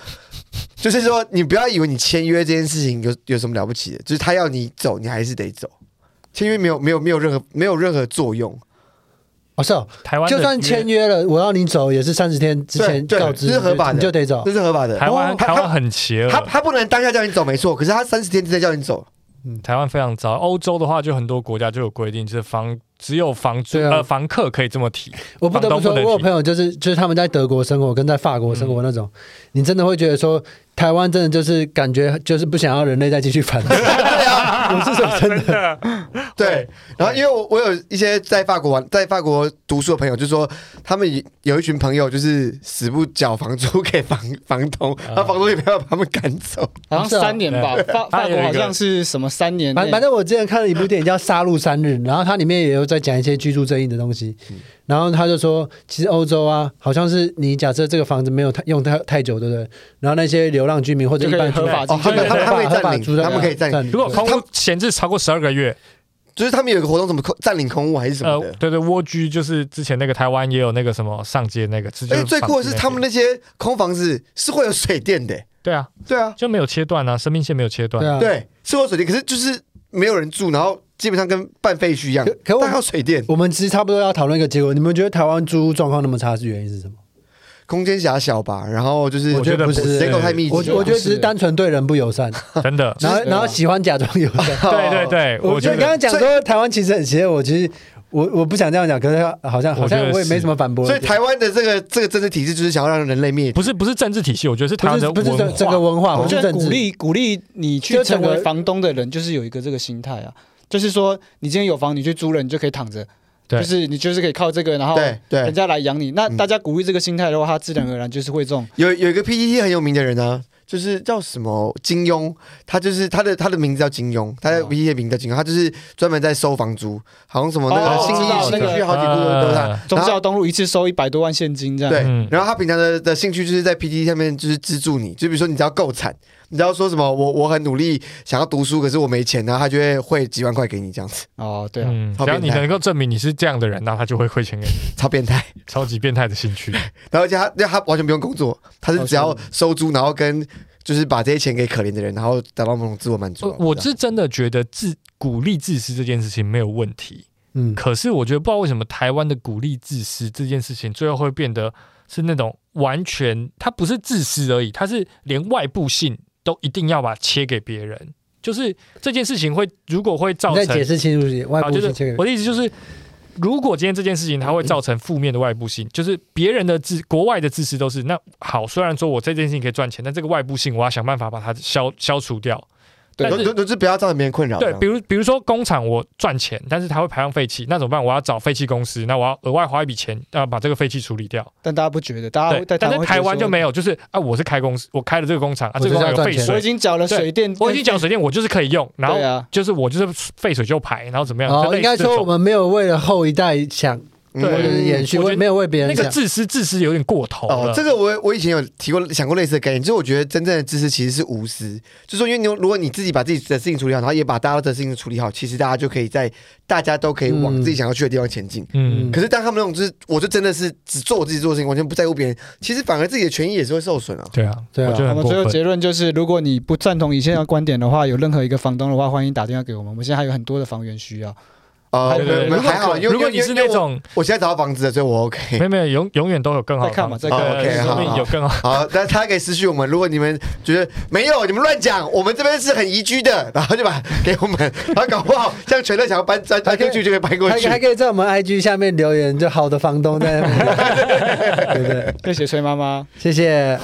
[SPEAKER 2] 就是说，你不要以为你签约这件事情有有什么了不起的，就是他要你走，你还是得走。签约没有没有没有任何没有任何作用，
[SPEAKER 1] 哦，是哦，
[SPEAKER 3] 台湾的
[SPEAKER 1] 就算签约了，我要你走也是三十天之前
[SPEAKER 2] 对对
[SPEAKER 1] 告知，
[SPEAKER 2] 这是合法的
[SPEAKER 1] 你就得走
[SPEAKER 2] 这。是合法的
[SPEAKER 3] 约台。湾
[SPEAKER 2] 哦他
[SPEAKER 3] 台湾很邪恶，
[SPEAKER 2] 他他不能当下叫你走，没错，可是他三十天之内叫你走，
[SPEAKER 3] 台湾非常糟。欧洲的话，就很多国家就有规定，就是房只有房租、
[SPEAKER 1] 对啊
[SPEAKER 3] 呃房客可以这么提，
[SPEAKER 1] 我不得不说，
[SPEAKER 3] 房东不能提
[SPEAKER 1] 我有朋友就是就是他们在德国生活跟在法国生活那种，你真的会觉得说，台湾真的就是感觉就是不想要人类再继续 繁殖。
[SPEAKER 2] 啊
[SPEAKER 1] 我是说真的，
[SPEAKER 3] 的。
[SPEAKER 2] 对，然后因为我我有一些在法国玩，在法国读书的朋友，就说他们有有一群朋友就是死不缴房租给房房东，
[SPEAKER 3] 啊
[SPEAKER 2] 然后房东也没有把他们赶走。
[SPEAKER 4] 好像
[SPEAKER 1] 是啊
[SPEAKER 4] 三年吧，法
[SPEAKER 3] 他
[SPEAKER 4] 法
[SPEAKER 3] 有一个
[SPEAKER 4] 国好像是什么三年内
[SPEAKER 1] 反反正我之前看了一部电影叫《杀戮三日》，然后它里面也有在讲一些居住正义的东西。然后他就说，其实欧洲啊，好像是你假设这个房子没有太用太太久，对不对？然后那些流浪居民或者一
[SPEAKER 4] 就可以
[SPEAKER 1] 般居
[SPEAKER 4] 合
[SPEAKER 1] 民
[SPEAKER 4] 法
[SPEAKER 2] 哦
[SPEAKER 4] 进，去
[SPEAKER 2] 他们他们他们可以
[SPEAKER 1] 合法
[SPEAKER 2] 占
[SPEAKER 1] 租
[SPEAKER 2] 领，
[SPEAKER 1] 的，
[SPEAKER 2] 他们可以占领，
[SPEAKER 3] 如果空
[SPEAKER 2] 他
[SPEAKER 3] 屋闲置超过十二个月，
[SPEAKER 2] 就是他们有一个活动，什么空占领空屋还是什
[SPEAKER 3] 呃
[SPEAKER 2] 么的，。
[SPEAKER 3] 对对，蜗居就是之前那个台湾也有那个什么上街那个，直
[SPEAKER 2] 而
[SPEAKER 3] 接
[SPEAKER 2] 且哎最酷的是，他们
[SPEAKER 3] 那
[SPEAKER 2] 那些空房子是会有水电的、
[SPEAKER 3] 对啊，
[SPEAKER 2] 对啊，
[SPEAKER 3] 就没有切断啊，生命线没有切断
[SPEAKER 1] 对。啊，
[SPEAKER 2] 对，是有水电，可是就是没有人住，然后基本上跟半废墟一样
[SPEAKER 1] 可，可我
[SPEAKER 2] 但还有水电，
[SPEAKER 1] 我们其实差不多要讨论一个结果，你们觉得台湾租屋状况那么差是原因是什么？
[SPEAKER 2] 空间狭小吧，然后就是
[SPEAKER 3] 我觉得不是
[SPEAKER 2] 人口太密集，啊
[SPEAKER 1] 我我 觉得只是单纯对人不友 善，。
[SPEAKER 3] 真的
[SPEAKER 1] 然后然后喜欢假装友善。
[SPEAKER 3] 对对对，
[SPEAKER 1] 哦我
[SPEAKER 3] 我
[SPEAKER 1] 觉
[SPEAKER 3] 觉
[SPEAKER 1] 得刚刚
[SPEAKER 3] 得
[SPEAKER 1] 讲说台湾其实很邪恶，我其实我我不想这样讲，可是好像好像
[SPEAKER 3] 我觉得
[SPEAKER 1] 我也没
[SPEAKER 3] 是
[SPEAKER 1] 什么反驳的
[SPEAKER 2] 所以
[SPEAKER 1] 点。
[SPEAKER 2] 台湾的这个这个政治体制就是想要让人类灭绝。
[SPEAKER 3] 不是不是政治体系，我觉得是台
[SPEAKER 1] 不
[SPEAKER 3] 湾的
[SPEAKER 1] 是不是
[SPEAKER 3] 文
[SPEAKER 1] 整整个
[SPEAKER 3] 化。哦
[SPEAKER 1] 文化，
[SPEAKER 4] 我
[SPEAKER 1] 不
[SPEAKER 4] 觉
[SPEAKER 1] 是
[SPEAKER 4] 得
[SPEAKER 1] 政
[SPEAKER 4] 鼓
[SPEAKER 1] 治。
[SPEAKER 4] 励鼓励你去
[SPEAKER 1] 就
[SPEAKER 4] 成
[SPEAKER 1] 整
[SPEAKER 4] 为
[SPEAKER 1] 个
[SPEAKER 4] 房东的人，就是有一个这个心态啊，就是说你今天有房，你去租了，你就可以躺着，
[SPEAKER 3] 对
[SPEAKER 4] 就是你就是可以靠这个，然后
[SPEAKER 2] 对对
[SPEAKER 4] 人，家来养你。那
[SPEAKER 2] 嗯
[SPEAKER 4] 大家鼓励这个心态的话，他自然而然就是会这种。
[SPEAKER 3] 嗯
[SPEAKER 2] 有有一个 PPT 很有名的人啊，就是叫什么金庸，他就是他的他的名字叫金庸，他的
[SPEAKER 4] 哦
[SPEAKER 2] PPT 的名字叫金庸，他就是专门在收房租，好像什么那
[SPEAKER 4] 哦
[SPEAKER 2] 个新
[SPEAKER 4] 我知道
[SPEAKER 2] 义
[SPEAKER 4] 那
[SPEAKER 2] 新
[SPEAKER 4] 个
[SPEAKER 2] 区好几部都是他
[SPEAKER 3] 呃。
[SPEAKER 4] 中
[SPEAKER 2] 然后
[SPEAKER 4] 孝东路一次收一百多万现金这样。
[SPEAKER 2] 对
[SPEAKER 3] 嗯，
[SPEAKER 2] 然后他平常的的兴趣就是在 PPT 上面就是资助你，就比如说你只要够惨，你只要说什么我我很努力想要读书，可是我没钱，然后他就会汇几万块给你这样子，
[SPEAKER 4] 哦，对啊，
[SPEAKER 3] 嗯，
[SPEAKER 2] 好
[SPEAKER 3] 只要
[SPEAKER 2] 变态
[SPEAKER 3] 你能够证明你是这样的人，那他就会汇钱给你。
[SPEAKER 2] 超变态。
[SPEAKER 3] 超级变态的兴 趣，
[SPEAKER 2] 然后而且他他完全不用工作，他是只要
[SPEAKER 4] 哦
[SPEAKER 2] 收租，然后跟就是把这些钱给可怜的人，然后达到某种自我满足
[SPEAKER 3] 我
[SPEAKER 2] 啊。
[SPEAKER 3] 我
[SPEAKER 2] 这样
[SPEAKER 3] 是真的觉得自鼓励自私这件事情没有问题，
[SPEAKER 1] 嗯，
[SPEAKER 3] 可是我觉得不知道为什么台湾的鼓励自私这件事情，最后会变得是那种完全，它不是自私而已，它是连外部性都一定要把它切给别人，就是这件事情会如果会造
[SPEAKER 1] 你再解
[SPEAKER 3] 成，
[SPEAKER 1] 释清楚一点，外
[SPEAKER 3] 啊，
[SPEAKER 1] 部
[SPEAKER 3] 就是
[SPEAKER 1] 这
[SPEAKER 3] 是
[SPEAKER 1] 个
[SPEAKER 3] 我的意思就是。如果今天这件事情它会造成负面的外部性，就是别人的自国外的自私都是那好，虽然说我这件事情可以赚钱，但这个外部性我要想办法把它消消除掉。
[SPEAKER 4] 对
[SPEAKER 3] 但
[SPEAKER 2] 总
[SPEAKER 3] 是
[SPEAKER 2] 总总之不要造成别人困扰。
[SPEAKER 3] 对
[SPEAKER 2] 这，样
[SPEAKER 3] 比如比如说工厂我赚钱，但是它会排放废气，那怎么办？我要找废气公司，那我要额外花一笔钱，要把这个废气处理掉。
[SPEAKER 4] 但大家不觉得，
[SPEAKER 1] 啊
[SPEAKER 4] 大家
[SPEAKER 3] 对，
[SPEAKER 4] 在
[SPEAKER 3] 但是
[SPEAKER 4] 会
[SPEAKER 3] 台
[SPEAKER 4] 觉得
[SPEAKER 3] 湾
[SPEAKER 4] 说
[SPEAKER 3] 就没有，就是啊，我是开公司，我开了这个工厂啊，
[SPEAKER 1] 我
[SPEAKER 3] 这
[SPEAKER 1] 就是
[SPEAKER 3] 个工
[SPEAKER 1] 要
[SPEAKER 3] 厂有
[SPEAKER 1] 赚
[SPEAKER 3] 废
[SPEAKER 1] 钱
[SPEAKER 4] 我已
[SPEAKER 3] 水，
[SPEAKER 4] 经缴了
[SPEAKER 3] 对
[SPEAKER 4] 水电，
[SPEAKER 3] 我已经缴水电，我就是可以用，然后
[SPEAKER 4] 对啊，
[SPEAKER 3] 就是我就是废水就排，然后怎么样？
[SPEAKER 1] 哦，
[SPEAKER 3] 就类
[SPEAKER 1] 应该
[SPEAKER 3] 似这
[SPEAKER 1] 说
[SPEAKER 3] 种
[SPEAKER 1] 我们没有为了后一代想，
[SPEAKER 2] 嗯
[SPEAKER 1] 或者是
[SPEAKER 3] 对
[SPEAKER 1] 延续，
[SPEAKER 3] 我觉
[SPEAKER 1] 为
[SPEAKER 3] 得
[SPEAKER 1] 没有为别人
[SPEAKER 3] 那个
[SPEAKER 1] 想。
[SPEAKER 3] 自私自私有点过头了。
[SPEAKER 2] 哦，这个我我以前有提过想过类似的概念，就是我觉得真正的知识其实是无私，就是说因为你如果你自己把自己的事情处理好，然后也把大家的事情处理好，其实大家就可以在大家都可以往
[SPEAKER 1] 嗯
[SPEAKER 2] 自己想要去的地方前进。
[SPEAKER 3] 嗯
[SPEAKER 1] 嗯
[SPEAKER 2] 可是当他们那种就是，我就真的是只做我自己做的事情，完全不在乎别人，其实反而自己的权益也是会受损啊。
[SPEAKER 3] 对啊，
[SPEAKER 1] 对啊
[SPEAKER 3] 我觉得
[SPEAKER 4] 我
[SPEAKER 3] 很
[SPEAKER 4] 们最后
[SPEAKER 3] 过分。
[SPEAKER 4] 结论就是，如果你不赞同以现的观点的话，有任何一个房东的话，欢迎打电话给我们。我们现在还有很多的房源需要。
[SPEAKER 2] 呃，
[SPEAKER 3] 哦对
[SPEAKER 2] 没有没有
[SPEAKER 3] 对对如果
[SPEAKER 2] 还
[SPEAKER 4] 啊
[SPEAKER 2] 好，因为
[SPEAKER 3] 如果你是那，
[SPEAKER 2] 因为因为
[SPEAKER 3] 种
[SPEAKER 2] 我我现在找到房子了，所以我 OK
[SPEAKER 3] 没。有没有永永远都有更好的
[SPEAKER 4] 再看
[SPEAKER 3] 方
[SPEAKER 4] 嘛
[SPEAKER 3] 式，
[SPEAKER 4] 再看
[SPEAKER 2] 嘛
[SPEAKER 3] 对
[SPEAKER 2] 哦，OK，
[SPEAKER 3] 说不
[SPEAKER 2] 好
[SPEAKER 3] 定有更好。
[SPEAKER 2] 好，但他可以私讯我们。如果你们觉得没有，你们乱讲，我们这边是很宜居的，然后就把给我们，然后搞不好像全乐想要搬搬搬出去就可以搬过
[SPEAKER 1] 还
[SPEAKER 2] 去。
[SPEAKER 1] 还可以在我们 IG 下 面留言，就好的房东在那边，对不对？
[SPEAKER 4] 谢谢崔妈妈。
[SPEAKER 1] 谢谢。